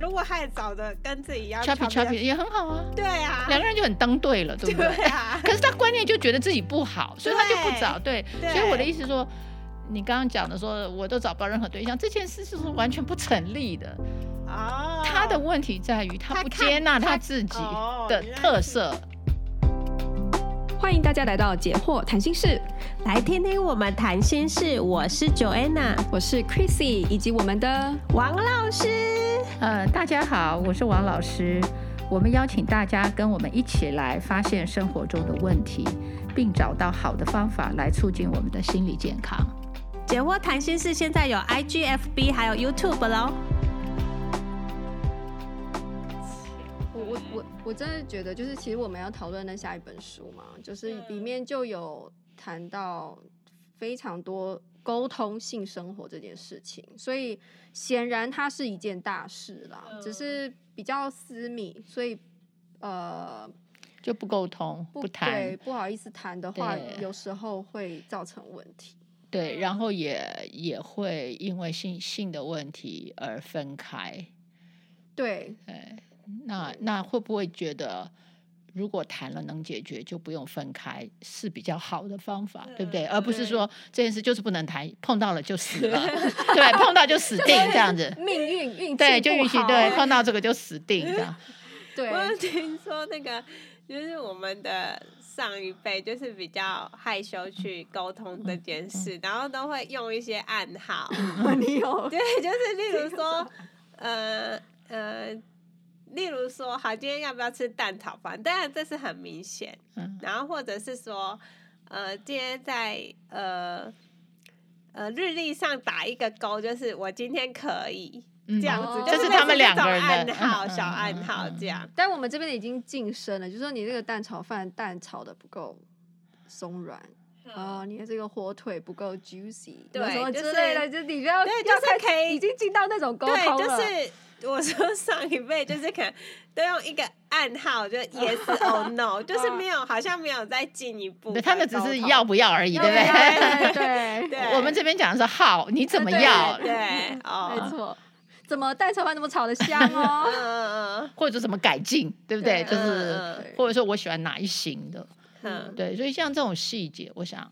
如果太早的跟自己一样 chubby chubby 也很好啊，对啊，两个人就很登对了，对不对？对啊， 可是他观念就觉得自己不好，所以他就不对找对。对所以我的意思说，你刚刚讲的说我都找不到任何对象，这件事是完全不成立的。哦，他的问题在于他他不看接纳他他自己哦的原来特是色。欢迎大家来到解惑谈心室，来听听我们谈心事，我是 Joanna 我是 Chrissy，以及我们的王老师。呃，大家好，我是王老师。我们邀请大家跟我们一起来发现生活中的问题，并找到好的方法来促进我们的心理健康。解惑谈心事现在有 IGFB 还有 YouTube 喽。我我我我真的觉得，就是其实我们要讨论的下一本书嘛，就是里面就有谈到非常多沟通性生活这件事情，所以显然它是一件大事啦，只是比较私密，所以呃就不沟通、不不谈对，，不好意思谈的话，对有时候会造成问题。对，然后也也会因为性性的问题而分开。对，对，那那会不会觉得，如果谈了能解决，就不用分开是比较好的方法，对不嗯对？而不是对，说这件事就是不能谈，碰到了就死了， 对，碰到就死定这样子命运嗯运气对，就不允许好对碰到这个就死定 这样。对我有听说那个就是我们的上一辈，就是比较害羞去沟通这件事，然后都会用一些暗号， 你有对，就是例如说，呃呃，例如说，好，今天要不要吃蛋炒饭？当然这是很明显，嗯，然后或者是说，呃，今天在呃呃日历上打一个勾，就是我今天可以嗯这样子，哦就这是类似他们两这种个人的暗号、嗯嗯小嗯暗嗯号嗯这样。但我们这边已经晋升了，就说你这个蛋炒饭蛋炒的不够松软。哦，你的这个火腿不够 juicy，嗯对什么就之类是的，就你不要，对要就是开可以已经进到那种沟通了，对，就是我说上一辈就是可能都用一个暗号， 就是 yes or no，就是没有好像没有再进一步沟对通。他们只是要不要而已，对对不对？对对对我们这边讲的是好，你怎么对要，对没 哦，错。怎么蛋炒饭怎么炒的香哦嗯？嗯或者怎么改进，对不对？对就是嗯嗯或者说我喜欢哪一型的， 嗯对，所以像这种细节，我想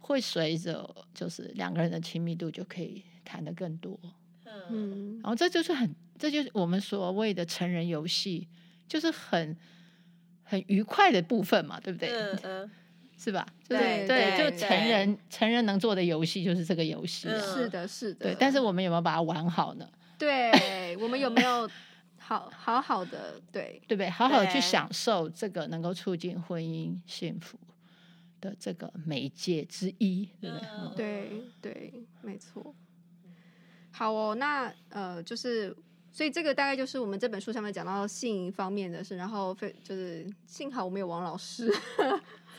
会随着就是两个人的亲密度就可以谈得更多。嗯嗯然，后这就是很，这就是我们所谓的成人游戏，就是很很愉快的部分嘛，对不对？嗯嗯， 是吧？就是对对就成人成人能做的游戏就是这个游戏、啊。嗯是的，是的。对，但是我们有没有把它玩好呢？对我们有没有好好好的对？对不对？好好地去对享受这个能够促进婚姻幸福的这个媒介之一，对不哦对？嗯对对，没错。好哦，那呃，就是所以这个大概就是我们这本书上面讲到性方面的事，然后非就是幸好我们有王老师，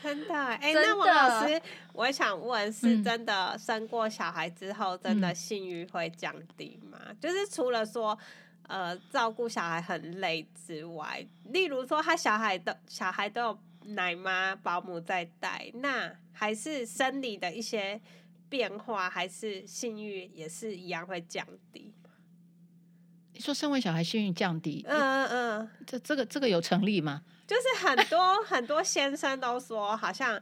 真的哎，真那王的老师，我想问，是嗯真的生过小孩之后，真的嗯性欲会降低吗？就是除了说。呃，照顾小孩很累之外，例如说他小孩的小孩都有奶妈、保姆在带，那还是生理的一些变化，还是性欲也是一样会降低。你说身为小孩幸运降低，嗯嗯嗯，这这个这个有成立吗？就是很多很多先生都说，好像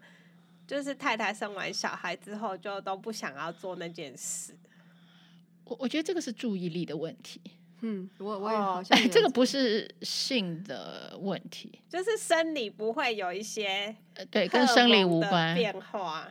就是太太生完小孩之后就都不想要做那件事。我我觉得这个是注意力的问题， 嗯，我我也好哦像 有这个哎这不是性的问题，就是生理不会有一些呃对，荷跟尔生理蒙无的关。变化，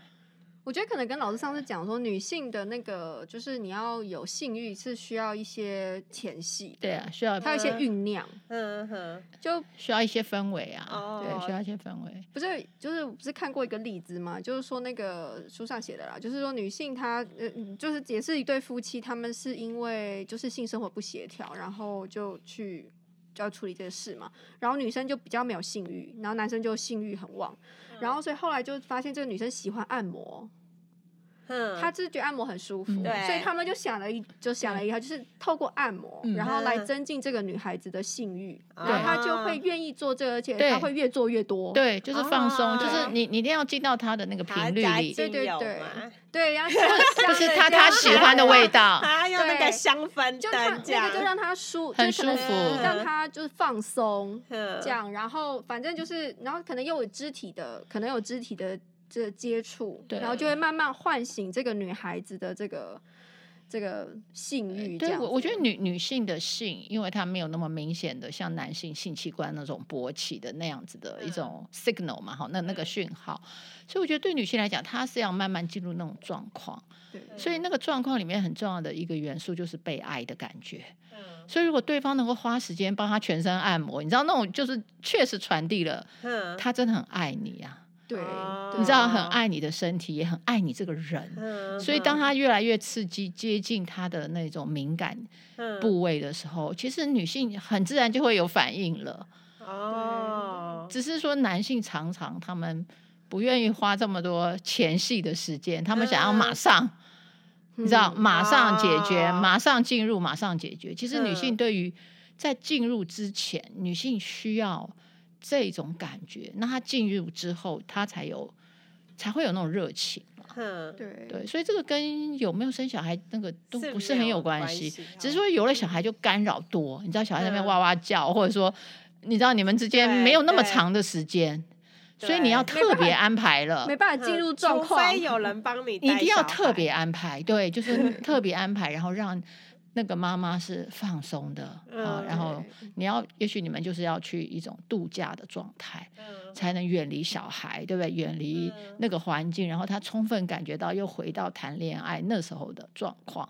我觉得可能跟老师上次讲说，女性的那个就是你要有性欲是需要一些前戏，对啊，，需要它有一些酝酿，嗯哼，就需要一些氛围啊，对，需哦要一些氛围。不是，就是不是看过一个例子吗？就是说那个书上写的啦，就是说女性她呃，就是也是一对夫妻，他们是因为就是性生活不协调，然后就去就要处理这个事嘛。然后女生就比较没有性欲，然后嗯男生就性欲很旺，然后所以后来就发现这个女生喜欢按摩，嗯，他就是觉得按摩很舒服，嗯对嗯所以他们就想了一就想了一下，就是透过按摩，嗯然后来增进这个女孩子的性欲，对然后她就会愿意做这个，而且对她会越做越多。对，就是放松，就是哦你你一定要进到他的那个还频率加里，精对对油对嘛，对，然后就就是他他喜欢的味道，还要那个对香氛就让灯这样那个，就让她舒，很就可能舒服让她就是放松嗯这样，然后反正就是，然后可能又有肢体的，可能有肢体的这个接触，对然后就会慢慢唤醒这个女孩子的这个这个性欲。这对样我，子我觉得女女性的性，因为它没有那么明显的像男性性器官那种勃起的那样子的一嗯种 signal 嘛，哈、那那个讯号，所以我觉得对女性来讲，她是要慢慢进入那种状况，对所以那个状况里面很重要的一个元素就是被爱的感觉。嗯所以如果对方能够花时间帮她全身按摩，你知道那种就是确实传递了嗯她真的很爱你啊，对哦，对你知道很哦爱你的身体，也很爱你这个人。嗯，所以，当她越来越刺激、接近她的那种敏感嗯部位的时候，其实女性很自然就会有反应了。嗯哦，只是说男性常常他们不愿意花这么多前戏的时间，他们想要马上，你知道，嗯马上解决，嗯哦马上进入，马上解决。其实女性嗯对于在进入之前，女性需要这种感觉，那她进入之后，她才有才会有那种热情。嗯，对对，所以这个跟有没有生小孩那个都是不是很没有有关关系系，只哦是说有了小孩就干扰多，你知道小孩在那边嗯哇哇叫，或者说你知道你们之间对没有那么对长的时间，所以你对要没特别安排了没。办法进入状嗯除况，非有人帮你，你一定要特别，安排，对，就是 特别安排，然后让那个妈妈是放松的啊、嗯然后你要，也许你们就是要去一种度假的状态，嗯才能远离小孩，对不对？远离嗯那个环境，然后他充分感觉到又回到谈恋爱那时候的状况，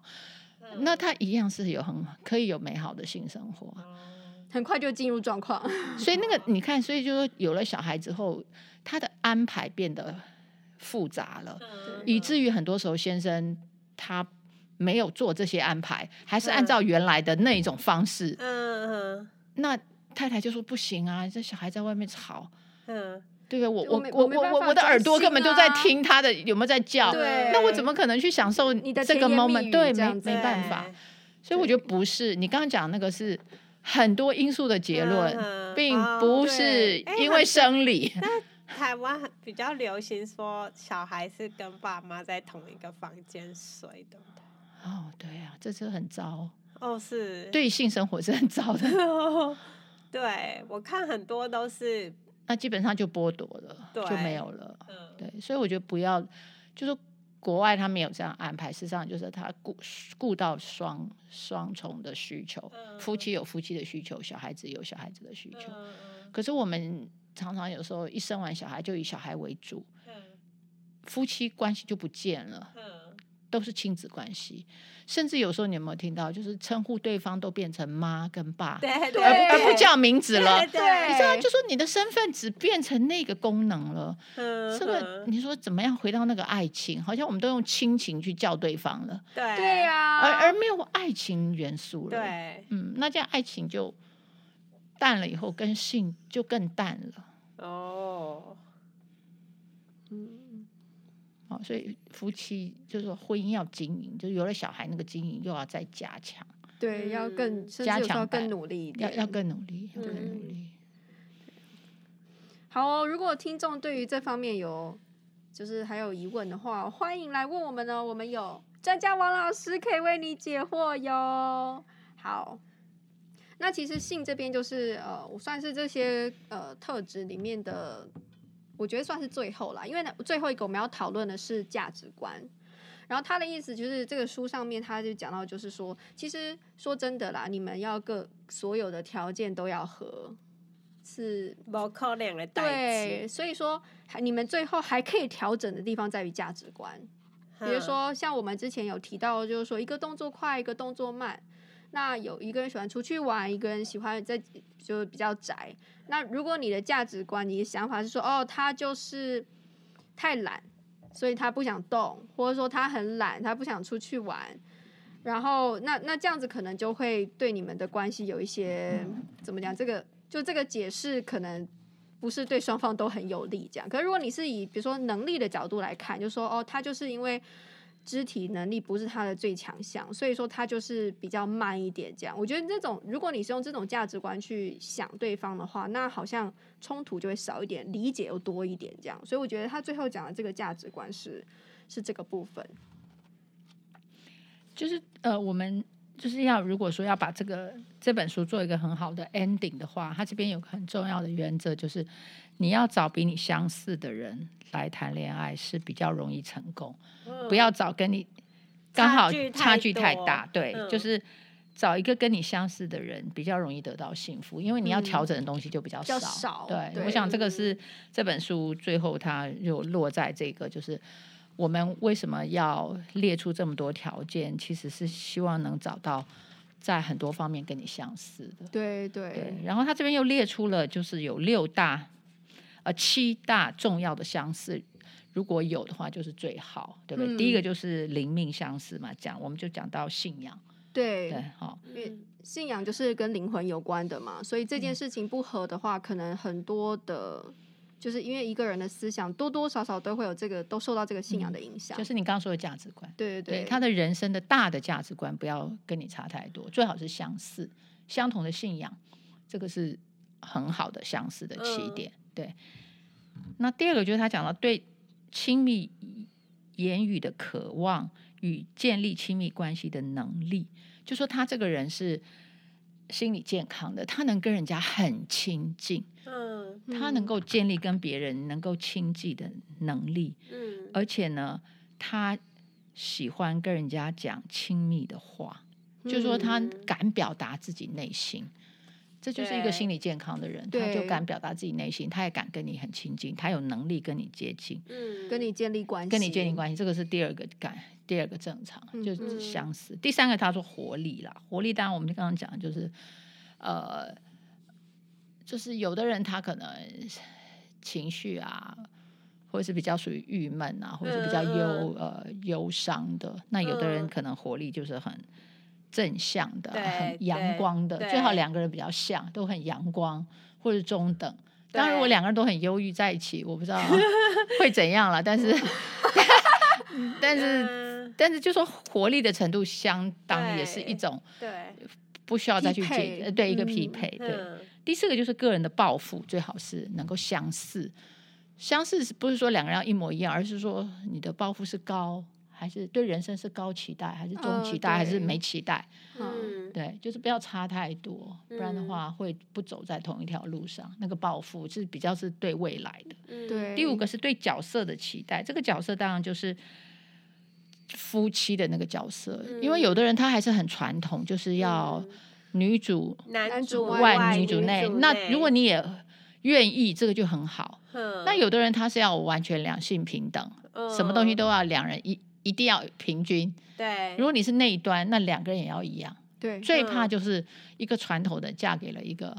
那嗯他一样是有很可以有美好的性生活啊。很快就进入状况。嗯所以那个你看，所以就说有了小孩之后，他的安排变得复杂了，嗯以至于很多时候先生他没有做这些安排，还是按嗯照原来的那一种方式，嗯嗯那太太就说不行啊，这小孩在外面吵。嗯对我对我我没我我没办我法我的耳专朵根心本就在啊听他的有没有在叫，对那我怎么可能去享受你的这个甜言蜜 moment？语对，这没样子没办法，，所以我觉得不是你刚刚讲那个是很多因素的结论，嗯嗯并哦不对是哎因很为生理。台湾很比较流行说小孩是跟爸妈在同一个房间睡的，哦，对啊，这是很糟，哦是，对性生活是很糟的， 对，我看很多都是，那基本上就剥夺了，就没对有了。嗯对，所以我觉得不要，就是国外他没有这样安排，事实上就是他顾顾到双双重的需求，夫妻有夫妻的需求，小孩子有小孩子的需求。嗯可是我们常常有时候一生完小孩就以小孩为主，夫妻关系就不见了，嗯都是亲子关系，甚至有时候你有没有听到，就是称呼对方都变成妈跟爸，对对而不而啊不对叫名字了。对你知道，就说你的身份只变成那个功能了。嗯这个嗯你说怎么样回到那个爱情？好像我们都用亲情去叫对方了，对对呀，而而没有爱情元素了。，啊对嗯，那这样爱情就淡了，以后跟性就更淡了。哦，嗯哦，所以夫妻就是说婚姻要经营，就是有了小孩，那个经营又要再加强，对，要更甚至加有时强候版更努力一要点，要更努力，要更嗯努力。好哦。如果听众对于这方面有就是还有疑问的话，欢迎来问我们哦，我们有专家王老师可以为你解惑哟。好。那其实性这边就是呃，我算是这些呃特质里面的，我觉得算是最后啦，因为呢最后一个我们要讨论的是价值观。然后他的意思就是，这个书上面他就讲到，就是说，其实说真的啦，你们要各所有的条件都要合，是不可能的代对，志，所以说还你们最后还可以调整的地方在于价值观。嗯比如说，像我们之前有提到，就是说一个动作快，一个动作慢。那有一个人喜欢出去玩，一个人喜欢在就是比较宅。那如果你的价值观、你的想法是说，哦，他就是太懒，所以他不想动，或者说他很懒，他不想出去玩。然后，那那这样子可能就会对你们的关系有一些怎么讲？这个就这个解释可能不是对双方都很有利，这样。可是如果你是以比如说能力的角度来看，就说哦，他就是因为肢体能力不是他的最强项，所以说他就是比较慢一点这样。我觉得这种如果你是用这种价值观去想对方的话，那好像冲突就会少一点，理解又多一点这样。所以我觉得他最后讲的这个价值观是是这个部分。就是呃，我们就是要如果说要把这个这本书做一个很好的 ending 的话，它这边有个很重要的原则，就是你要找比你相似的人来谈恋爱是比较容易成功，不要找跟你刚好嗯距太差距太多大，对，嗯就是。找一个跟你相似的人，比较容易得到幸福，因为你要嗯调整的东西就比较比较少。少对，对我想这个是这本书最后它就落在这个，就是我们为什么要列出这么多条件，其实是希望能找到在很多方面跟你相似的。对对对，然后他这边又列出了，就是有六大，呃，七大重要的相似，如果有的话就是最好，对不对？嗯第一个就是灵命相似嘛，讲我们就讲到信仰，对对，好、因为嗯信仰就是跟灵魂有关的嘛，所以嗯这件事情不合的话，可能很多的，就是因为一个人的思想多多少少都会有这个，都受到这个信仰的影响。嗯就是你刚刚说的价值观，对对对他的人生的大的价值观不要跟你差太多，最好是相似、相同的信仰，这个是很好的相似的起点。对，那第二个就是他讲到对亲密言语的渴望与建立亲密关系的能力，就说他这个人是心理健康的，他能跟人家很亲近，嗯他能够建立跟别人能够亲近的能力。嗯而且呢，他喜欢跟人家讲亲密的话，就是说他嗯敢表达自己内心。这就是一个对心理健康的人，他就对敢表达自己内心，他也敢跟你很亲近，他有能力跟你接近，嗯，呃跟你建立关系，跟你建立关系，这个是第二个感，第二个正常，嗯就是相似。第三个，他说活力啦，活力当然我们刚刚讲的就是，呃，就是有的人他可能情绪啊，或者是比较属于郁闷啊，或者是比较忧、呃忧伤的，那有的人嗯可能活力就是很。正向的、对很对阳光的，对最好两个人比较像，都很阳光或者中等。当然，如果对两个人都很忧郁在一起，我不知道啊会怎样了。但是， 但是，嗯但是，就说活力的程度相当，也是对一种对，不需要再去匹解配决，对一个匹嗯配。对，嗯第四个就是个人的抱负，最好是能够相似。相似是不是说两个人要一模一样，而是说你的抱负是高，还是对人生是高期待，还是中呃期待，还是对没期待？嗯，嗯对，就是不要差太多，不然的话会不走在同一条路上。那个抱负是比较是对未来的。嗯，对。第五个是对角色的期待，这个角色当然就是夫妻的那个角色，因为有的人他还是很传统，就是要嗯女主男男主主外外女女主主内。那如果你也愿意，这个就很好。那那有的人他是要完全两性平等，什么东嗯西都要两人一一定要平均。对，如果你是那一端，那两个人也要一样。对最怕嗯就是一个传统的嫁给了一个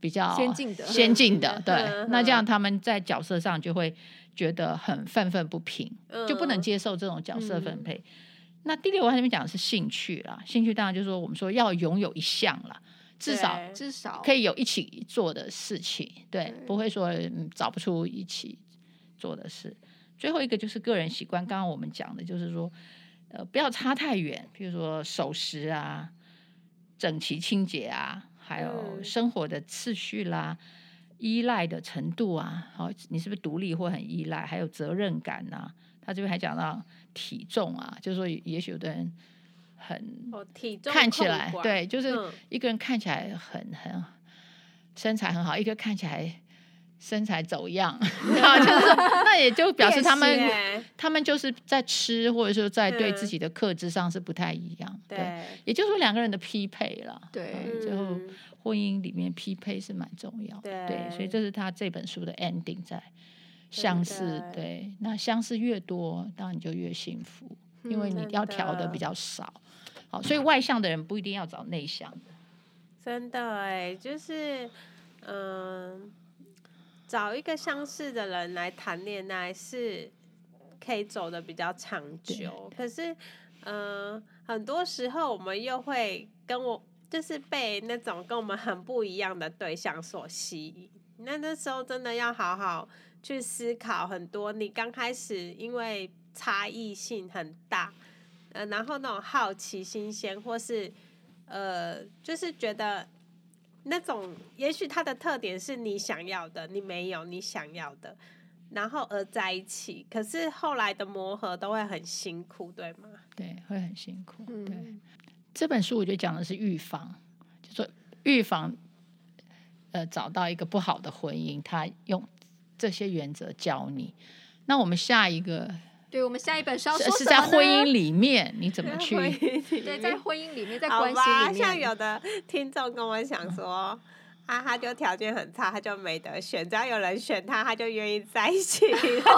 比较先进的先 进的，对嗯，那这样他们在角色上就会觉得很愤愤不平，就不能嗯接受这种角色分配。那第六个他这边讲的是兴趣啦，兴趣当然就是说我们说要拥有一项啦，至少对至少可以以有一起做的事情，对对，不会说、嗯找不出一起做的事。最后一个就是个人习惯，刚刚我们讲的就是说，呃，不要差太远，比如说守时啊、整齐清洁啊，还有嗯生活的次序啦、依赖的程度啊，好、你是不是独立或很依赖，还有责任感呐、他这边还讲到体重啊，就是说也也许有的人很哦体重看起控来，管，对，就是嗯一个人看起来很很身材很好，一个看起来身材走 样，然后就是那也就表示他们变形他们就是在吃或者说在对嗯自己的克制上是不太一样，对，对，也就是说两个人的匹配了，对嗯最后嗯婚姻里面匹配是蛮重要的，对，所对以这是他这本书的 ending 在。相似的对，那相似越多，当然你就越幸福，因为你真要调嗯的的比较少。好，所以外向的人不一定要找内向的。真的哎，就是嗯，找一个相似的人来谈恋爱是可以走的比较长久，可是嗯，很多时候我们又会跟我就是被那种跟我们很不一样的对象所吸引，那那时候真的要好好去思考很多。你刚开始因为差异性很大，呃，然后那种好奇、新鲜，或是呃，就是觉得那种，也许它的特点是你想要的，你没有你想要的，然后而在一起，可是后来的磨合都会很辛苦，对吗？对，会很辛苦。对，嗯，这本书我觉得讲的是预防，就说预防，呃，找到一个不好的婚姻，他用这些原则教你。那我们下一个对，我们下一本是要说是是什么在呢婚姻里面，你怎么去？ 对，在婚姻里面， 在好关吧，系里像面，有的听众跟我想说。啊，他就条件很差，他就没得选。只要有人选他，他就愿意在一 起。是对哦，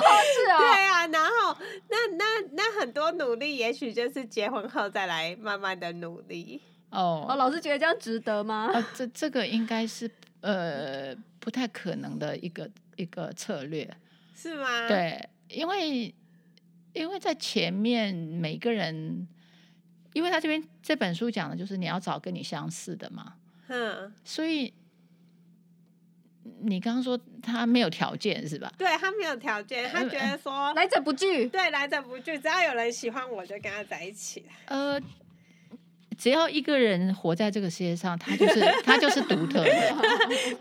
啊，然后那那那很多努力，也许就是结婚后再来慢慢的努力。哦哦，老师觉得这样值得吗？啊，这这个应该是呃不太可能的一个一个策略，是吗？，对，因为因为在前面每个人，因为他这边这本书讲的就是你要找跟你相似的嘛，嗯，所以你刚刚说他没有条件是吧？对他没有条件，嗯他觉得说，来者不拒，对来者不拒，只要有人喜欢我就跟他在一起。呃，只要一个人活在这个世界上，他就是他就是独 特的，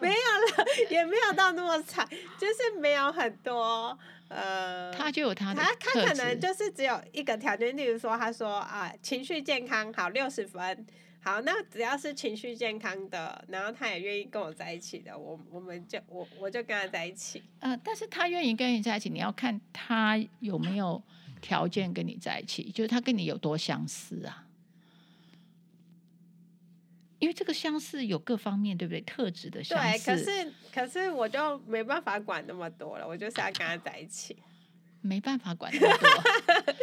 没有了，也没有到那么惨，就是没有很多呃，他就有他的他他特可能质。就是只有一个条件，例如说，他说啊，情绪健康好六十分，好，那只要是情绪健康的，然后他也愿意跟我在一起的，我我们就我我就跟他在一起。呃，但是他愿意跟你在一起，你要看他有没有条件跟你在一起，就是他跟你有多相似啊。因为这个相似有各方面，对不对？特质的相对，似，可是可是我就没办法管那么多了，我就是要跟他在一起。没办法管那么多。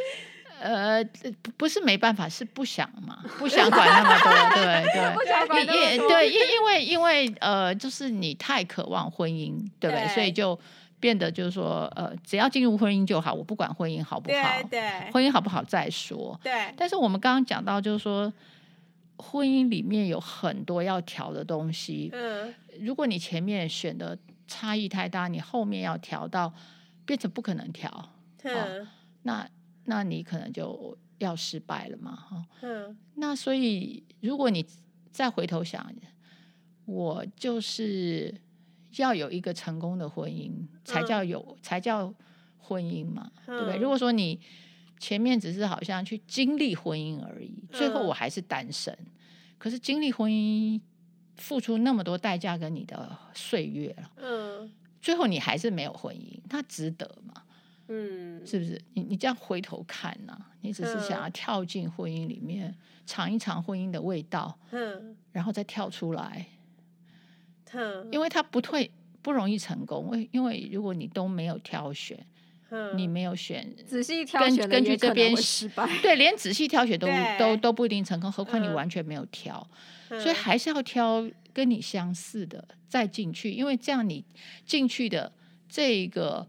呃，不不是没办法，是不想嘛，不想管那么多，对对。不想管那么也多对，因因为因为呃，就是你太渴望婚姻，对不对？对所以就变得就是说，呃，只要进入婚姻就好，我不管婚姻好不对好，对婚姻好不好再说。对但是我们刚刚讲到，就是说，婚姻里面有很多要调的东西，嗯，如果你前面选的差异太大，你后面要调到变成不可能调，嗯啊那那你可能就要失败了嘛，哈、嗯那所以，如果你再回头想，我就是要有一个成功的婚姻，才嗯叫有，才叫婚姻嘛，对不对？嗯如果说你前面只是好像去经历婚姻而已，最后嗯我还是单身，可是经历婚姻付出那么多代价跟你的岁月了，嗯最后你还是没有婚姻，那值得吗？嗯，是不是？你你这样回头看呐、你只是想要跳进婚姻里面尝一尝婚姻的味道，嗯然后再跳出来，嗯，因为它不退不容易成功。因为因为如果你都没有挑选，你没有选，仔细挑根选了根据也这可能边会失败。对，连仔细挑选都对都都不一定成功，何况你嗯完全没有挑，嗯所以还是要挑跟你相似的再进去，因为这样你进去的这个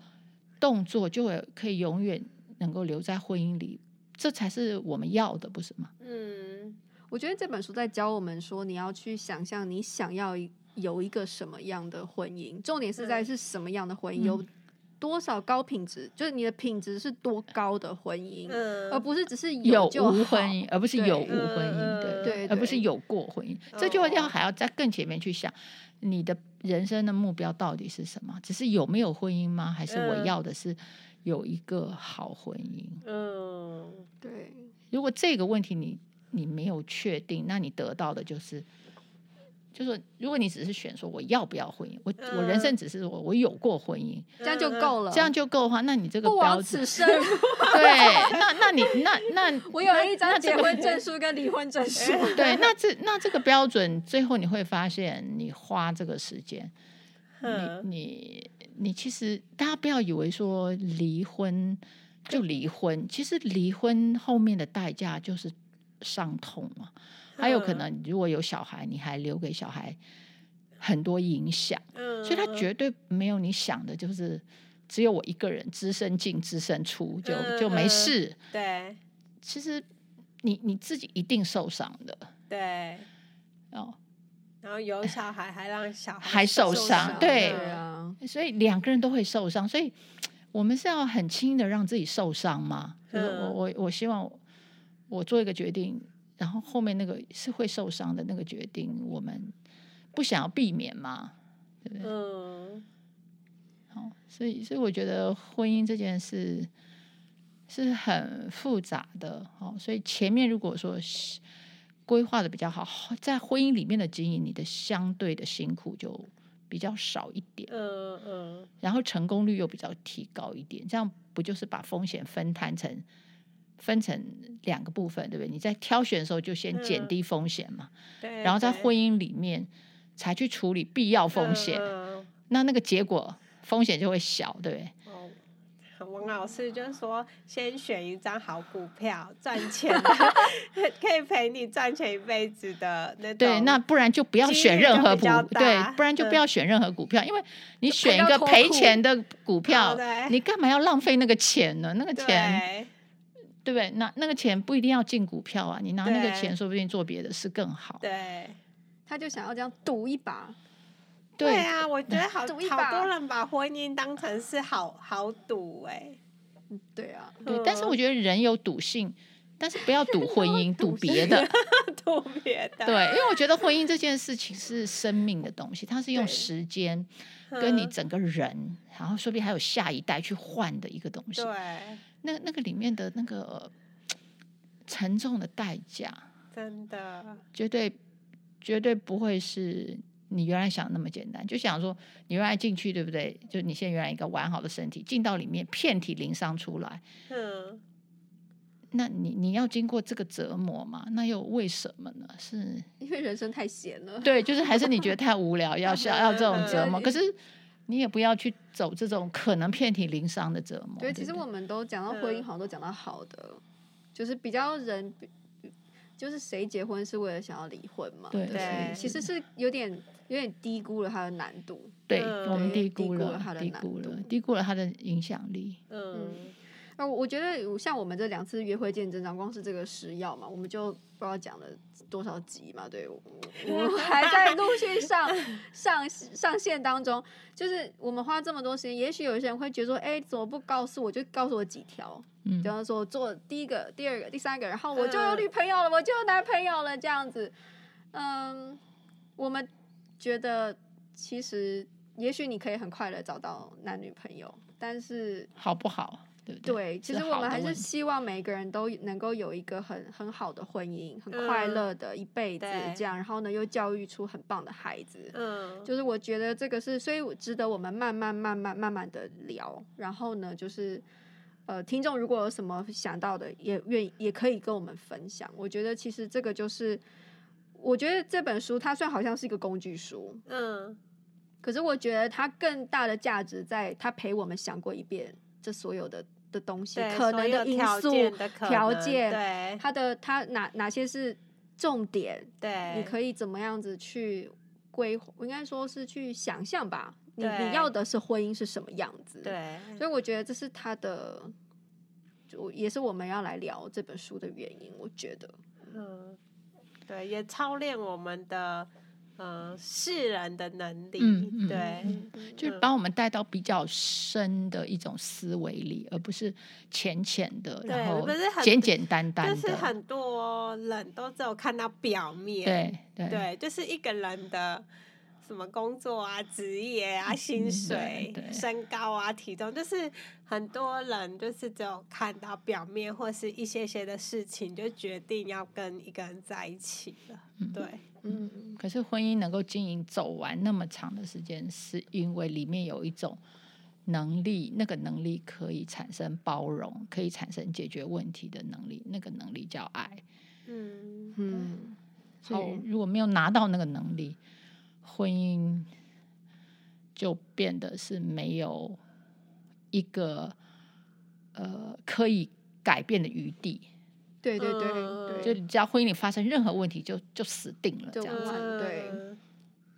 动作就会可以永远能够留在婚姻里。这才是我们要的，不是吗？嗯我觉得这本书在教我们说，你要去想象你想要一有一个什么样的婚姻，重点是在嗯是什么样的婚姻，嗯有多少高品质，就是你的品质是多高的婚姻，嗯，而不是只是有就好无婚姻，而不是对有无婚姻，嗯对对而不是对有过婚姻，这就要哦还要在更前面去想，你的人生的目标到底是什么？只是有没有婚姻吗？还是我嗯要的是有一个好婚姻？嗯对，如果这个问题你你没有确定，那你得到的就是。就是如果你只是选说我要不要婚姻，我、我人生只是我我有过婚姻，这样就够嗯了，这样就够的话，那你这个不标枉准此 生。对，那那你那那 我有一那张这结个婚证书跟离婚证 书，对，那这那这个标准，最后你会发现，你花这个时间，嗯你你你其实大家不要以为说离婚就离婚，其实离婚后面的代价就是伤痛啊，还有可嗯能如果有小孩，你还留给小孩很多影响，嗯，所以他绝对没有你想的，就是只有我一个人只身进只身出就就没嗯嗯事。对其实你你自己一定受伤的对。哦。然后有小孩还让小孩还受伤伤，嗯对啊，所以两个人都会受伤，所以我们是要很轻的让自己受伤吗？就是我嗯我我希望我做一个决定，然后后面那个是会受伤的那个决定，我们不想要避免吗？对不对？嗯，好，所以所以我觉得婚姻这件事是很复杂的，好，所以前面如果说是规划的比较好，在婚姻里面的经营，你的相对的辛苦就比较少一点，嗯嗯然后成功率又比较提高一点，这样不就是把风险分摊成？分成两个部分，对不对？你在挑选的时候就先减嗯低风险嘛，对，然后在对婚姻里面才去处理必要风险，嗯那那个结果风险就会小，对不对？嗯哦，王老师就说，先选一张好股票，赚钱的 可以陪你赚钱一辈子的那种。对，那不然就不要几选率任就何比股较，对大，不然就不嗯要选任何股票，因为你选一要个脱赔裤钱的股票，对你干嘛要浪费那个钱呢？那个钱，对对不对？那那个钱不一定要进股票啊，你拿那个对钱说不定做别的事更好。对他就想要这样赌一把，对对，啊！我觉得好赌一好把多人把婚姻当成是好好赌哎、 对啊，对但是我觉觉得人有赌性，但是不要 赌婚姻，赌别的。得赌别的，对，因为我觉得婚姻这件事情是生命的东西，它是用对时间跟你嗯整个人，然后说不定还有下一代去换的一个东西。对，那那个里面的那个沉重的代价，真的，绝对绝对不会是你原来想的那么简单。就想说你原来进去对不对？就你现在原来一个完好的身体进到里面，遍体鳞伤出来，嗯，那你你要经过这个折磨嘛？那又为什么呢？是因为人生太闲了， 对，就是还是你觉得太无聊，要想要这种折磨，可对是。你也不要去走这种可能遍体鳞伤的折磨。哦对，嗯不其实我们都讲到婚姻，好像都讲到好的，就是比较人，就是谁结婚是为了想要离婚嘛？对所以其实是有点有点低估了它的难度。对嗯我们对低估低估了了它，的低难估了度，低估了它的影响力。嗯，那我我觉得像我们这两次约会见证章，光是这个食药嘛，我们就不知道讲了多少集嘛。对，我我我还在陆续上 上上线当中，就是我们花这么多时间，也许有些人会觉得说，哎，怎么不告诉我就告诉我几条？嗯比，方说做第一个、第二个、第三个，然后我就有女朋友了，我就有男朋友了，这样子。嗯，我们觉得其实也许你可以很快的找到男女朋友，但是好不好？对不对？对，其实我好们的还是问题希望每个人都能够有一个很很好的婚姻，很快嗯乐的一辈子对，这样，然后呢又教育出很棒的孩子。嗯，就是我觉得这个是，所以我值得我们慢慢、慢慢、慢慢的聊。然后呢，就是呃，听众如果有什么想到的，也愿意也可以跟我们分享。我觉得其实这个就是，我觉得这本书它虽然好像是一个工具书，嗯，可是我觉得它更大的价值在它陪我们想过一遍这所有的的东西对，可所能有的因条素件的可条能件对它的它哪哪些是重点，对，你可以怎么样子去规划，应该说是去想象吧。你对你要的是婚姻是什么样子？，对，所以我觉得这是他的，就也是我们要来聊这本书的原因。我觉得，嗯，对，也操练我们的呃世人的能力，嗯嗯对，嗯就是嗯把我们带到比较深的一种思维里，而不是浅浅的，对然后不是很简简单但单是的，很多人都只有看到表面，对对对，就是一个人的什么工作啊、职业啊、薪对水、对身高啊、体重，就是很多人就是只有看到表面或是一些些的事情，就决定要跟一个人在一起了。嗯对，嗯，可是婚姻能够经营走完那么长的时间，是因为里面有一种能力，那个能力可以产生包容，可以产生解决问题的能力，那个能力叫爱。嗯，嗯，所以好如果没有拿到那个能力，婚姻就变得是没有一个呃可以改变的余地。对对对嗯就对，你只要婚姻里发生任何问题就，就死定了，这就样完子，了对嗯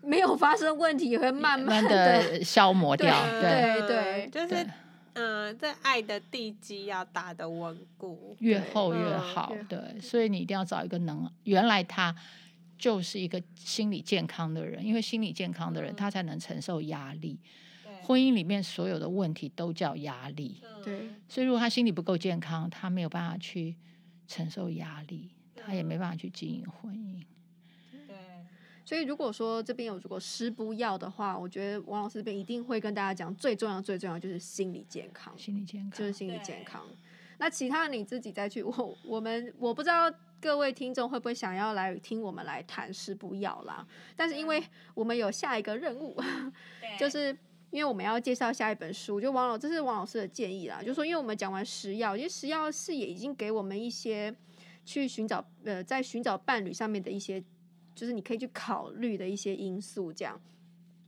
没有发生问题也会慢慢慢的，的消磨掉。对对，嗯对对就是对嗯，这爱的地基要打得稳固。越厚越嗯好越。对，所以你一定要找一个能，原来他嗯就是一个心理健康的人，因为心理健康的人，他才能承受压力。婚姻里面所有的问题都叫压力，嗯对，所以如果他心理不够健康，他没有办法去承受压力，他也没办法去经营婚姻。对，所以如果说这边有如果师不要的话，我觉得王老师这边一定会跟大家讲，最重要最重要就是心理健康，心理健就康是，心理对健康。那其他你自己再去，我我们我不知道各位听众会不会想要来听我们来谈师不要啦，但是因为我们有下一个任务，就是因为我们要介绍下一本书，就王老这是王老师的建议啦，就说因为我们讲完食药，因为食药是也已经给我们一些去寻找呃在寻找伴侣上面的一些，就是你可以去考虑的一些因素这样。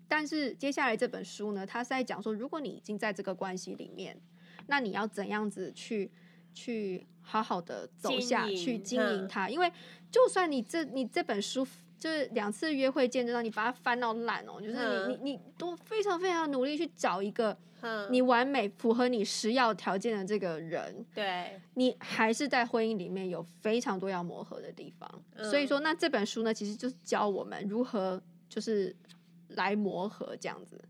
但是接下来这本书呢，它是在讲说，如果你已经在这个关系里面，那你要怎样子去去好好的走下经营去经嗯营它？因为就算你这你这本书就是两次约会见证到你把它翻到烂哦，就是你嗯你你多非常非常努力去找一个嗯，你完美符合你食药条件的这个人，对，你还是在婚姻里面有非常多要磨合的地方。嗯所以说，那这本书呢，其实就是教我们如何就是来磨合这样子。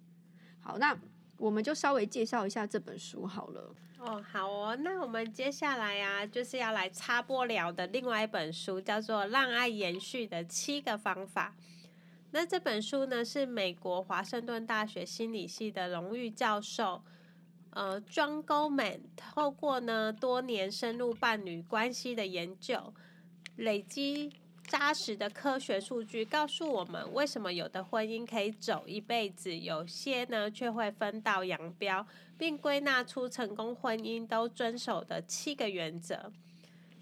好，那我们就稍微介绍一下这本书好了。哦，好哦，那我们接下来啊，就是要来插播聊的另外一本书，叫做《让爱延续的七个方法》。那这本书呢，是美国华盛顿大学心理系的荣誉教授，呃，John Goleman 透过呢多年深入伴侣关系的研究，累积扎实的科学数据，告诉我们为什么有的婚姻可以走一辈子，有些呢却会分道扬镳。并归纳出成功婚姻都遵守的七个原则。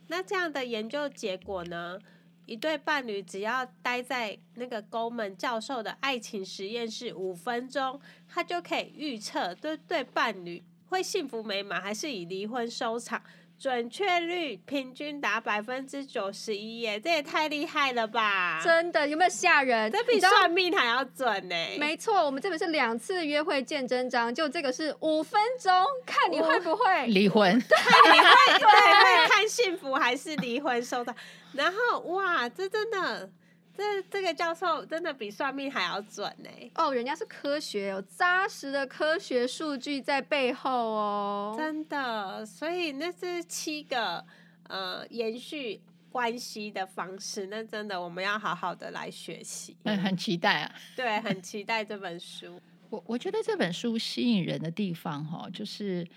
那这样的研究结果呢？一对伴侣只要待在那个沟门教授的爱情实验室五分钟，他就可以预测对对伴侣会幸福美满，还是以离婚收场。准确率平均达百分之九十一耶，这也太厉害了吧！真的有没有吓人？啊这你比知道算命还要准呢、没错，我们这本是两次约会见真章，就这个是五分钟，看你会不会。离婚， 你会对会看幸福还是离婚收到？然后哇，这真的，这这个教授真的比算命还要准呢、哦，人家是科学，有扎实的科学数据在背后哦。真的。所以那是七个呃延续关系的方式，那真的我们要好好的来学习。那很期待啊。对，很期待这本书。我我觉得这本书吸引人的地方哈、就是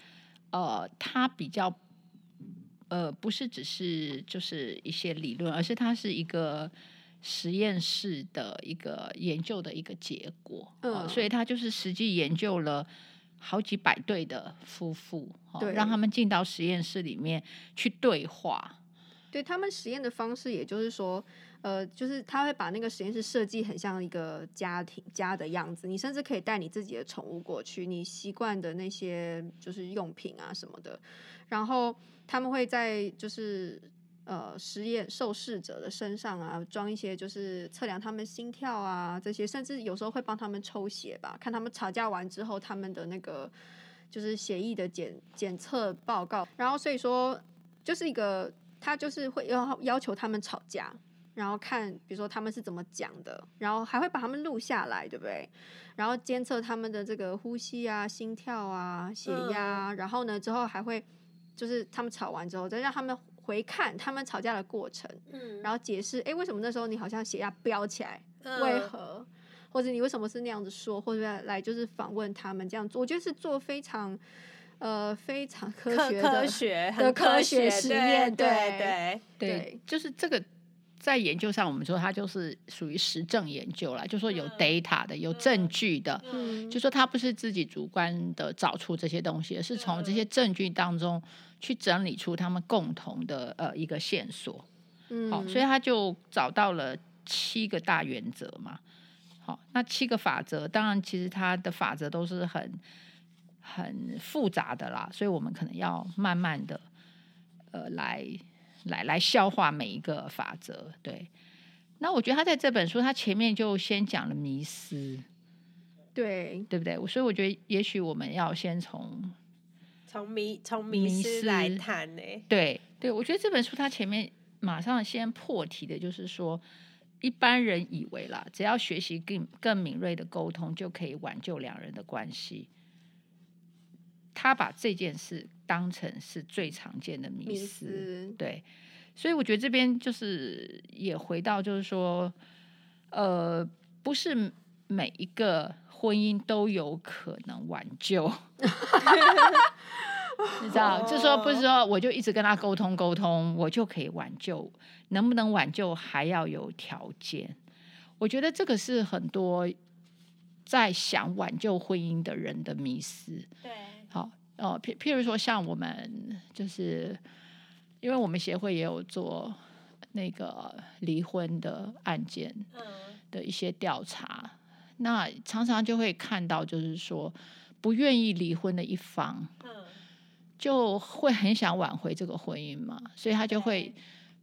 呃，它比较呃，不是只是就是一些理论，而是它是一个实验室的一个研究的一个结果，哦嗯所以它就是实际研究了。好几百对的夫妇，哦对让他们进到实验室里面去对话，对他们实验的方式，也就是说，呃，就是他会把那个实验室设计很像一个家庭家的样子。你甚至可以带你自己的宠物过去，你习惯的那些就是用品啊什么的。然后他们会在就是呃实验受试者的身上啊装一些就是测量他们心跳啊这些，甚至有时候会帮他们抽血吧，看他们吵架完之后他们的那个就是血液的检检测报告。然后所以说就是一个他就是会要要求他们吵架。然后看，比如说他们是怎么讲的，然后还会把他们录下来，对不对？然后监测他们的这个呼吸啊、心跳啊、血压啊，嗯然后呢，之后还会就是他们吵完之后，再让他们回看他们吵架的过程，嗯然后解释，哎，为什么那时候你好像血压飙起来，嗯为何？或者你为什么是那样子说，或者来就是访问他们这样做，我觉得是做非常呃非常科科学的科学的很科学实对验对对对对就是这个在研究上，我们说它就是属于实证研究啦，就说有嗯 data 的，有证据的，嗯嗯，就说他不是自己主观的找出这些东西，而是从这些证据当中去整理出他们共同的呃一个线索。嗯好、所以他就找到了七个大原则嘛。好、那七个法则，当然其实它的法则都是很很复杂的啦，所以我们可能要慢慢的呃来来来消化每一个法则。对，那我觉得他在这本书，他前面就先讲了迷思。对对不对？所以我觉得，也许我们要先从从迷从迷迷失来失谈呢、对对，我觉得这本书它前面马上先破题的，就是说，一般人以为啦，只要学习更更敏锐的沟通，就可以挽救两人的关系。他把这件事当成是最常见的迷迷思，思，对，所以我觉得这边就是也回到，就是说，呃，不是每一个婚姻都有可能挽救，哦你知道，就说不是说我就一直跟他沟通沟通，我就可以挽救，能不能挽救还要有条件。我觉得这个是很多在想挽救婚姻的人的迷思。对，好，哦，譬譬如说，像我们就是，呃因为我们协会也有做那个离婚的案件嗯，的一些调查，那常常就会看到，就是说不愿意离婚的一方，嗯，就会很想挽回这个婚姻嘛，所以他就会对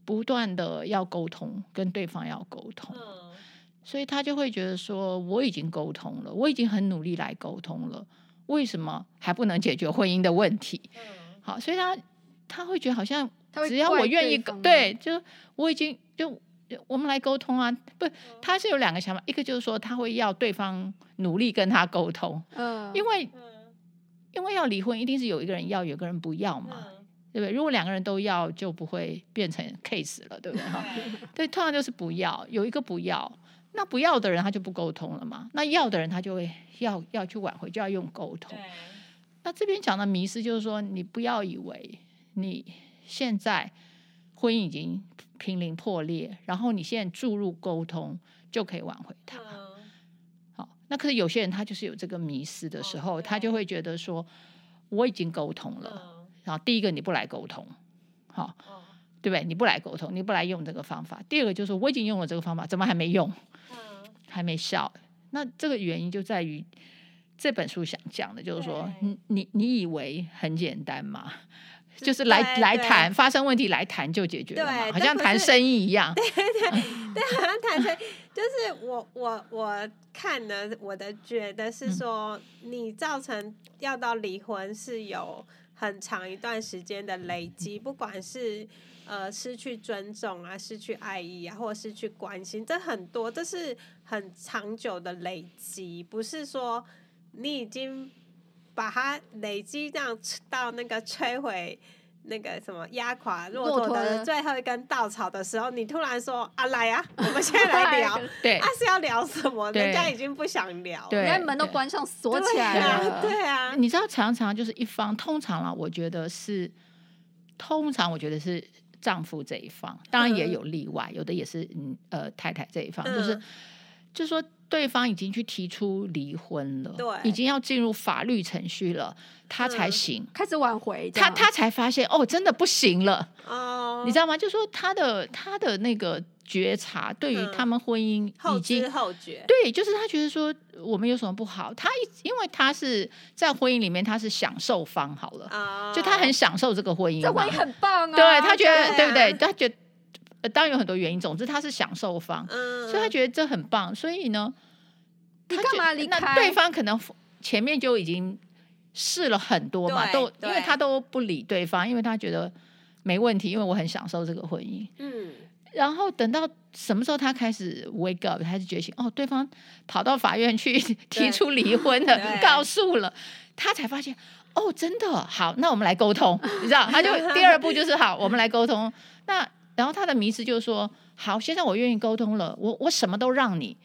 不断的要沟通，跟对方要沟通。嗯，所以他就会觉得说，我已经沟通了，我已经很努力来沟通了，为什么还不能解决婚姻的问题？嗯，好，所以他他会觉得好像他会只要怪我愿对意沟，方吗对，就我已经就就我们来沟通啊，不，嗯他是有两个想法，一个就是说他会要对方努力跟他沟通，嗯，因为嗯，因为要离婚一定是有一个人要，有一个人不要嘛，嗯，对不对？如果两个人都要，就不会变成 case 了，对不对？ 哈。对，对，通常就是不要，有一个不要，那不要的人他就不沟通了嘛，那要的人他就会要要去挽回，就要用沟通。对，那这边讲的迷失就是说，你不要以为你现在婚姻已经濒临破裂，然后你现在注入沟通就可以挽回他。嗯，好，那可是有些人他就是有这个迷失的时哦候，他就对会觉得说我已经沟通了，嗯，然后第一个你不来沟通，好，哦，对不对？你不来沟通，你不来用这个方法。第二个就是我已经用了这个方法，怎么还没用，嗯，还没效？那这个原因就在于这本书想讲的，就是说，对你你你以为很简单吗？就是对来对来谈，发生问题来谈就解决了嘛，对好但像不谈是生意一样。对，好像谈生，就是我我我看呢，我的觉得是说，你造成要到离婚是有很长一段时间的累积，不管是呃失去尊重啊，失去爱意啊，或失去关心，这很多，这是很长久的累积，不是说你已经把它累积到到那个摧毁。那个什么压垮骆骆驼驼的的最后一根稻草的时候，你突然说啊来啊，我们现在来聊，啊 对是要聊什么？对人家已经不想聊了，对人家门都关上锁起来啊，了，对啊，你知道，常常就是一方，通常啦，我觉得是，通常我觉得是丈夫这一方，当然也嗯有例外，有的也是嗯呃太太这一方，就是嗯就说对方已经去提出离婚了，对已经要进入法律程序了，他才嗯行。开始挽回这他样，他才发现哦，真的不行了，哦，你知道吗？就说他的他的那个觉察，对于嗯他们婚姻后已经知后觉，对，就是他觉得说我们有什么不好？他一因为他是在婚姻里面他是享受方好了，啊，就他很享受这个婚姻哦这嘛婚姻，很棒啊，对他觉对啊得对不对？他觉得呃当然有很多原因，总之他是享受方，嗯，所以他觉得这很棒。所以呢，你他干觉嘛离那开对方可能前面就已经试了很多嘛，对都因为对他都不理对方，因为他觉得没问题，因为我很享受这个婚姻。嗯，然后等到什么时候他开始 wake up，开始觉醒，哦，对方跑到法院去 提出离婚了，对告诉了，他才发现，哦，真的好，那我们来沟通，你知道，他就第二步就是好，我们来沟通。那然后他的迷失就是说，好，现在我愿意沟通了，我我什么都让你，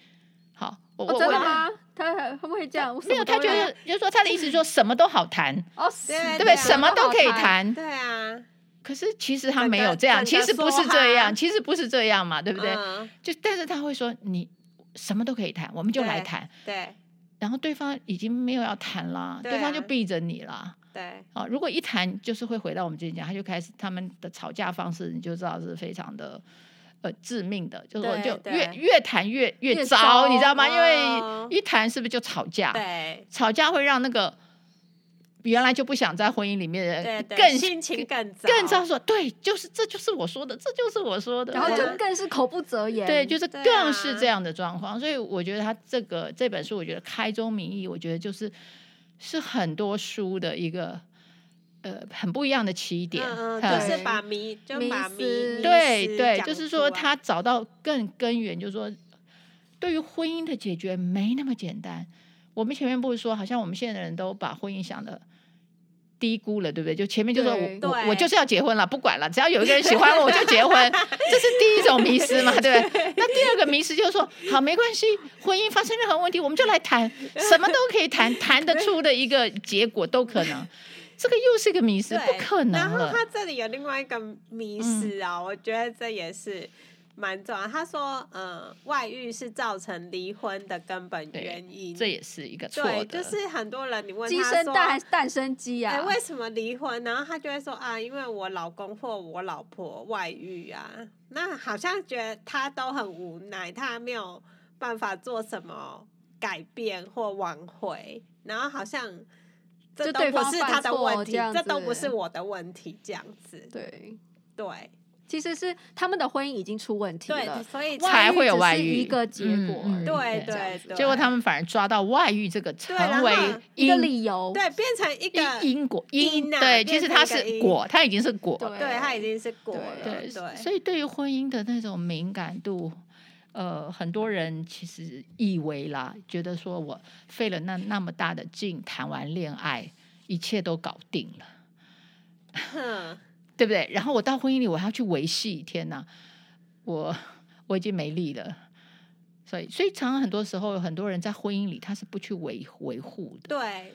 好，我、哦，我真的我呃吗？他还会不会这样？我什没有，么他都觉要得就是说他的意思就是说什么都好谈，哦，对是对不对？啊什么都可以好谈，对啊，可是其实他整没个有这样，整其个实不说是这哈样，其实不是这样嘛，对对不对？嗯、就但是他会说你什么都可以谈，我们就来对谈。对然后对方已经没有要谈啦，对对方就啊避着你啦。对，啊，如果一谈就是会回到我们之前讲，他就开始他们的吵架方式，你就知道是非常的呃致命的，就是我对就对越越谈越越越糟，糟你知道吗？因哦为一谈是不是就吵架？对吵架会让那个原来就不想在婚姻里面的对人对，更心情更糟更糟，说对，就是这就是我说的，这就是我说的，然后对就啊更是口不择言，对，就是对更是啊这样的状况。所以我觉得他这个这本书，我觉得开宗明义，我觉得就是是很多书的一个呃很不一样的起点，嗯嗯，呃就是把迷就迷把思迷迷对思对，讲就是出来说他找到更根源，就是说对于婚姻的解决没那么简单。我们前面不是说，好像我们现在的人都把婚姻想的低估了，对不对？就前面就说对我我对我就是要结婚了，不管了，只要有一个人喜欢我，我就 结婚，这是第一种迷失嘛，对不对？那第二个迷失就是说，好，没关系，婚姻发生任何问题，我们就来谈，什么都可以谈，谈得出的一个结果都可能。这个又是一个迷失，对，不可能然后了。嗯他这里有另外一个迷失啊，我觉得这也是蛮重要。他说，呃，外遇是造成离婚的根本对原因。这也是一个错的，对，就是很多人你问鸡他生说，蛋还是蛋生鸡哎、啊？为什么离婚？然后他就会说啊，因为我老公或我老婆外遇啊。那好像觉得他都很无奈，他没有办法做什么改变或挽回，然后好像这就都对不方是犯他的错问题，这样这都子不是我的问题，这样子。对，对其实是他们的婚姻已经出问题对，了，所以外才会有只是外遇一个结果而嗯嗯已，对这样对子对，结果他们反而抓到外遇这个成然后为一个因理由，对变成一个因因果因因啊对，变其实成它一个是因果，它已经是果了。对对他已经是果了，对，对所以对于婚姻的那种敏感度，呃，很多人其实以为啦，觉得说我费了那那么大的劲谈完恋爱，一切都搞定了。哼对不对？然后我到婚姻里，我还要去维系，天哪，我我已经没力了。所以，所以常常很多时候，很多人在婚姻里他是不去维维护的，对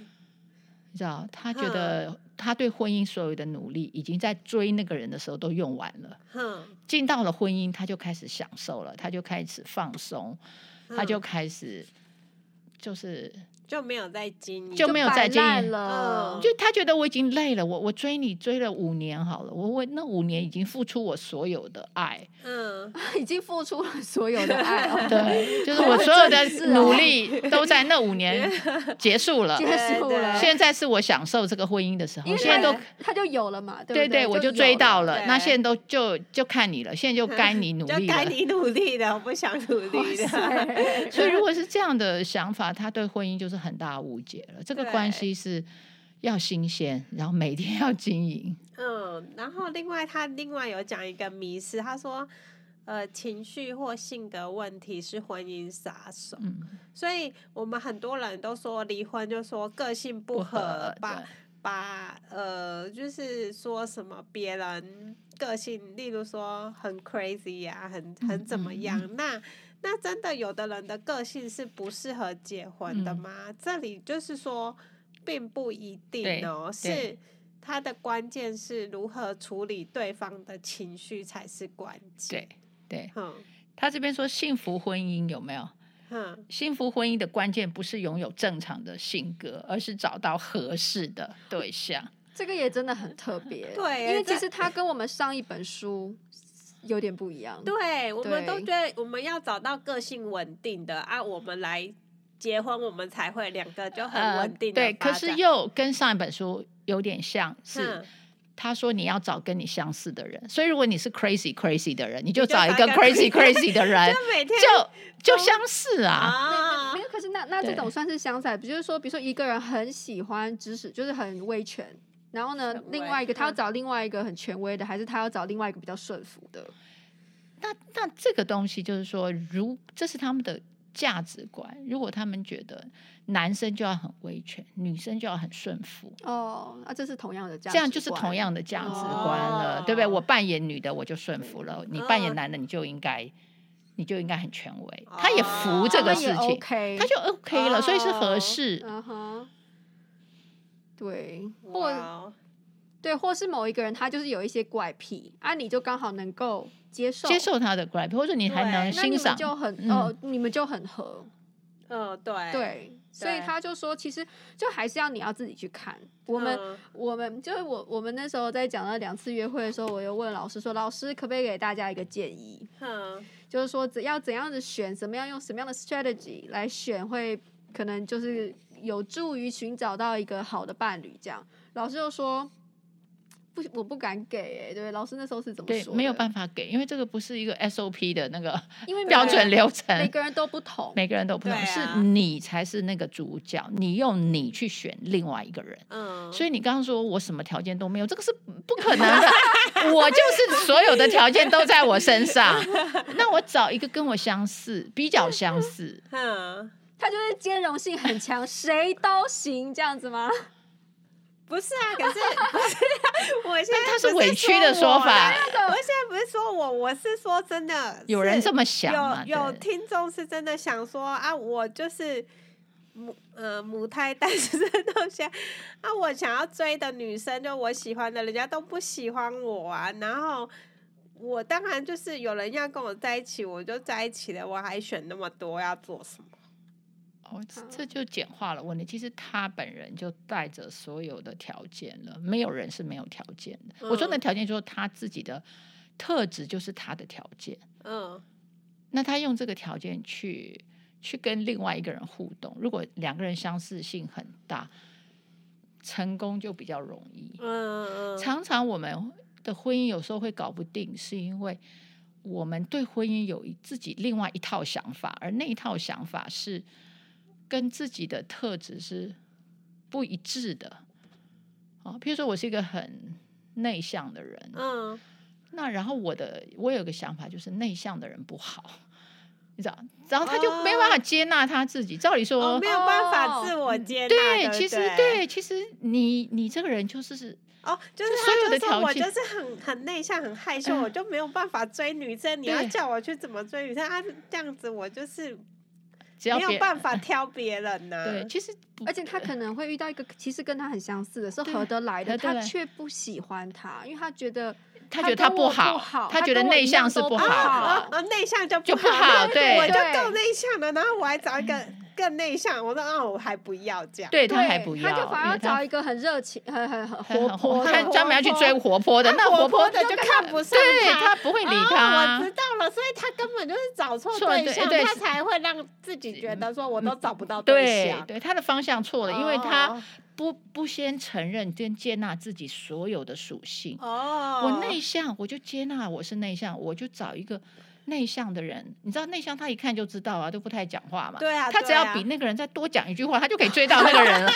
你知道？他觉得他对婚姻所有的努力，已经在追那个人的时候都用完了。哼，进到了婚姻，他就开始享受了，他就开始放松，他就哼开始就是就没有在经营，就没有再经摆烂营了，嗯就他觉得我已经累了，我我追你追了五年好了，我我那五年已经付出我所有的爱，，嗯，已经付出了所有的爱哦 对，就是我所有的是哦努力都在那五年结束了，结束了，呃现在是我享受这个婚姻的时因候，为现在都他他就有了嘛，对不对对，我就就追有到对了，那现在都就就看你了，现在就该你努就力该了。你努力 的，我不想努力的， 所以如果是这样的想法，他对婚姻就是很大的误解了。这个对关系是要新鲜，然后每天要经营。 嗯，然后另外他另外有讲一个迷失，他说。呃，情绪或性格问题是婚姻杀手，嗯，所以我们很多人都说离婚，就说个性不合，吧。对把呃，就是说什么别人个性，例如说很 crazy 呀、很很怎么样，嗯那那真的有的人的个性是不适合结婚的嗯吗？这里就是说，并不一对定哦，对是它的关键是如何处理对方的情绪才是关键。对对，哼他这边说幸福婚姻有没有？哼，幸福婚姻的关键不是拥有正常的性格，而是找到合适的对象。这个也真的很特别， 对因为这其实它跟我们上一本书有点不一样，对我们都对觉得我们要找到个性稳定的啊，我们来。结婚，我们才会两个就很稳定的、呃对，可是又跟上一本书有点像，是哼他说你要找跟你相似的人，所以如果你是 crazy crazy 的人，你就找一找个一个 crazy crazy 的人，就每天就就相似啊。啊没有，可是那那这对种算是相反，比如说，比如说一个人很喜欢知识，就是很威权，然后呢很，另威外一个他要嗯找另外一个很权威的，还是他要找另外一个比较顺服的？那那这个东西就是说，如这是他们的价值观，如果他们觉得男生就要很威权，女生就要很顺服，哦，那、这是同样的价值观，这样就是同样的价值观了，哦对不对？我扮演女的，我就顺服了；你嗯扮演男的，你就应该，你就应该很权威。他也服这个那事哦也情， OK，他就 OK 了，哦所以是合适。嗯哼，对，哇或哦对，或是某一个人他就是有一些怪癖，啊，你就刚好能够接受接，受他的 gripe，或者你还对能那你欣们赏，就很嗯哦，你们就很合，嗯，对，对，所以对他就说，其实就还是要你要自己去看。我们、嗯我们就是我我们那时候在讲到两次约会的时候，我又问老师说，老师可不可以给大家一个建议，哼就是说怎要怎样的选，怎么样用什么样的 strategy 来选会，可能就是有助于寻找到一个好的伴侣这样。老师就说，不，我不敢给、欸，对，老师那时候是怎么对，说？没有办法，法给，因为这个不是一个 SOP 的那 个因为每标个准人流每程，个人都不同，每个人都不同，对啊是你才是那个主角，你用你去选另外一个人。嗯，所以你刚刚说我什么条件都没有，这个是不可 能的。我就是所有的条件都在我 身上，那我找一个跟我相似、比较 相似，哼，他就是兼容性很强，谁都行这样子吗？不是啊， 可是不是、啊，我现在但他是不委屈的说说我法啦。我现在不是说我，我是说真的，有人这么么想嘛？有有对听众是真的想说啊，我就是母呃母胎单身的东西啊，我想要追的女生，就我喜欢的，人家都不喜欢我啊，然后。我当然就是有人要跟我在一起，我就在一起了，我还选那么多要做什么？哦，这这就简化了问题。其实他本人就带着所有的条件了，没有人是没有条件的。我说的嗯条件就是他自己的特质，就是他的条件。嗯那他用这个条件去去跟另外一个人互动，如果两个人相似性很大，成功就比较容易。嗯嗯嗯常常我们的婚姻有时候会搞不定，是因为我们对婚姻有一自己另外一套想法，而那一套想法是跟自己的特质是不一致的。啊，譬如说我是一个很内向的人，嗯，那然后我的我有个想法，就是内向的人不好，你知道，然后他就没有办法接纳他自己。照理说，哦我没有办法自我接纳。对不其实对，哦对，其实你你这个人就是哦，就是就所有他的就说条我件就是很很内向、很害羞，嗯我就没有办法追女生。你要对叫我去怎么追女生啊？这样子我就是只要没别有人办 法挑别人呢、对，其实不而且他可能会遇到一个其实跟他很相似的，是对合得来的，合得他来却不喜欢他，因为他觉得他觉得他跟不我好好，他觉得跟我一内向样是都不不好的啊啊，内向就就不不好对嗯我就对够内向了，然后我还找一个更内向，我说啊，我还不要这样。对对他还不要，他就反因而为找他 一个很热情、很很很很很活泼的， 他专门要去追活泼的，啊那活泼的就看不上对他他不会理哦他，我知道了，所以他根本就是找错错对对象，对嗯他才会让自己觉得说我都找不到对象。对，他的方向错了，因为他哦不不先承认跟接纳自己所有的属性。哦，我内向，我就接纳我是内向，我就找一个内向的人。你知道内向他一看就知道啊，都不太讲话嘛。对啊他对只要啊比那个人再多讲一句话，他就可以追到那 个人了，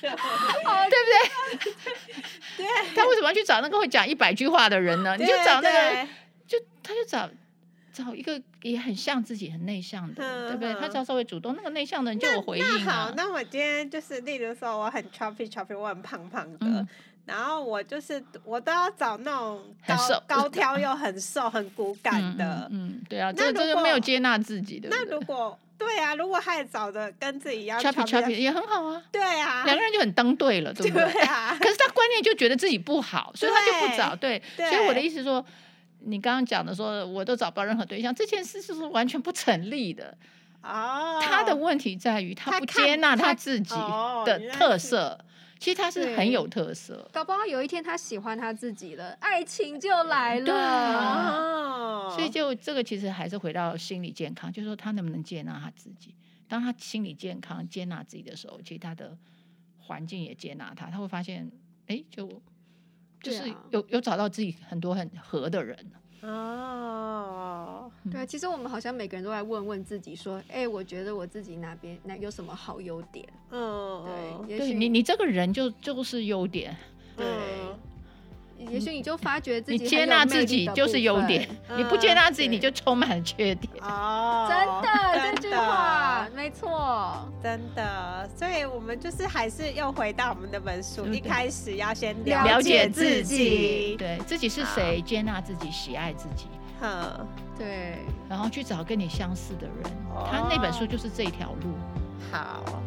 对不对对？他为什么要去找那个会讲一百句话的人呢？你就对找那个对人，就他就找。找一个也很像自己很内向的嗯人，对不对？他嗯只要稍微主动，那个内向的人就有回应那好啊，。那我今天就是，例如说我很 chubby chubby，我很胖胖的，嗯然后我就是我都要找那种很瘦高高挑又很瘦、很骨感的。嗯嗯嗯对啊，那这如这就没有果接纳自己的。那如果对啊，如果他也找的跟自己一样 chubby chubby 也很好啊，对啊，两个人就很登对了，对不对？对啊， 可是他观念就觉得自己不好，所以他就不找对。对所以我的意思说，你刚刚讲的说我都找不到任何对象，这件事是完全不成立的。哦， 他的问题在于他他不看接纳他他自己哦的原来特是色，其实他是很对有特色。搞不好有一天他喜欢他自己了，爱情就来对啊了。哦，啊所以就这个其实还是回到心理健康，就是说他能不能接纳他自己。当他心理健康、接纳自己的时候，其实他的环境也接纳他，他会发现，哎，就就对是啊有有找到自己很多很合的人。哦，对，其实我们好像每个人都在问问自己说，哎、我觉得我自己哪边哪有什么好优点？嗯，对，也对许你，你这个人就就是优点，对嗯也许你就发觉自你己接很有纳魅自力己的就是部优分点， 嗯你不接纳自己，对你就充满了缺点。哦，真的，这真句的话没错。真的，所以我们就是还是又回到我们的本书，对对一开始要先了解解自自己己，对自己是谁，接纳自己，喜爱自己，哼，对，然后去找跟你相似的人。哦他那本书就是这条路。好，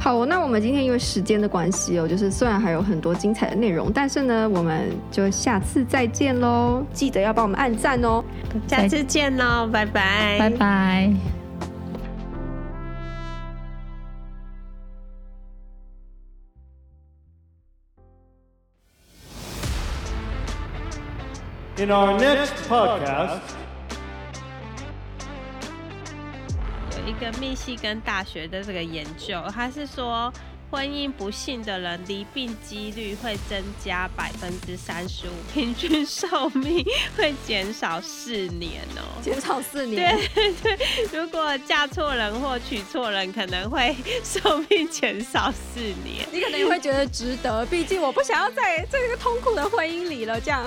好，那我们今天因为时间的关系哦，就是虽然还有很多精彩的内容，但是呢，我们就下次再见喽！记得要帮我们按赞哦。下次见喽，拜拜，拜拜。 In our next podcast, 有一个密西根大学的这个研究，它是说婚姻不幸的人离病几率会增加百分之三十五，平均寿命会减少四年哦。 减少四年，如果嫁错人或娶错人，可能会 寿命减少四年。你可能也会觉得值得，毕竟我不想要在这个痛苦的婚姻里了。这样，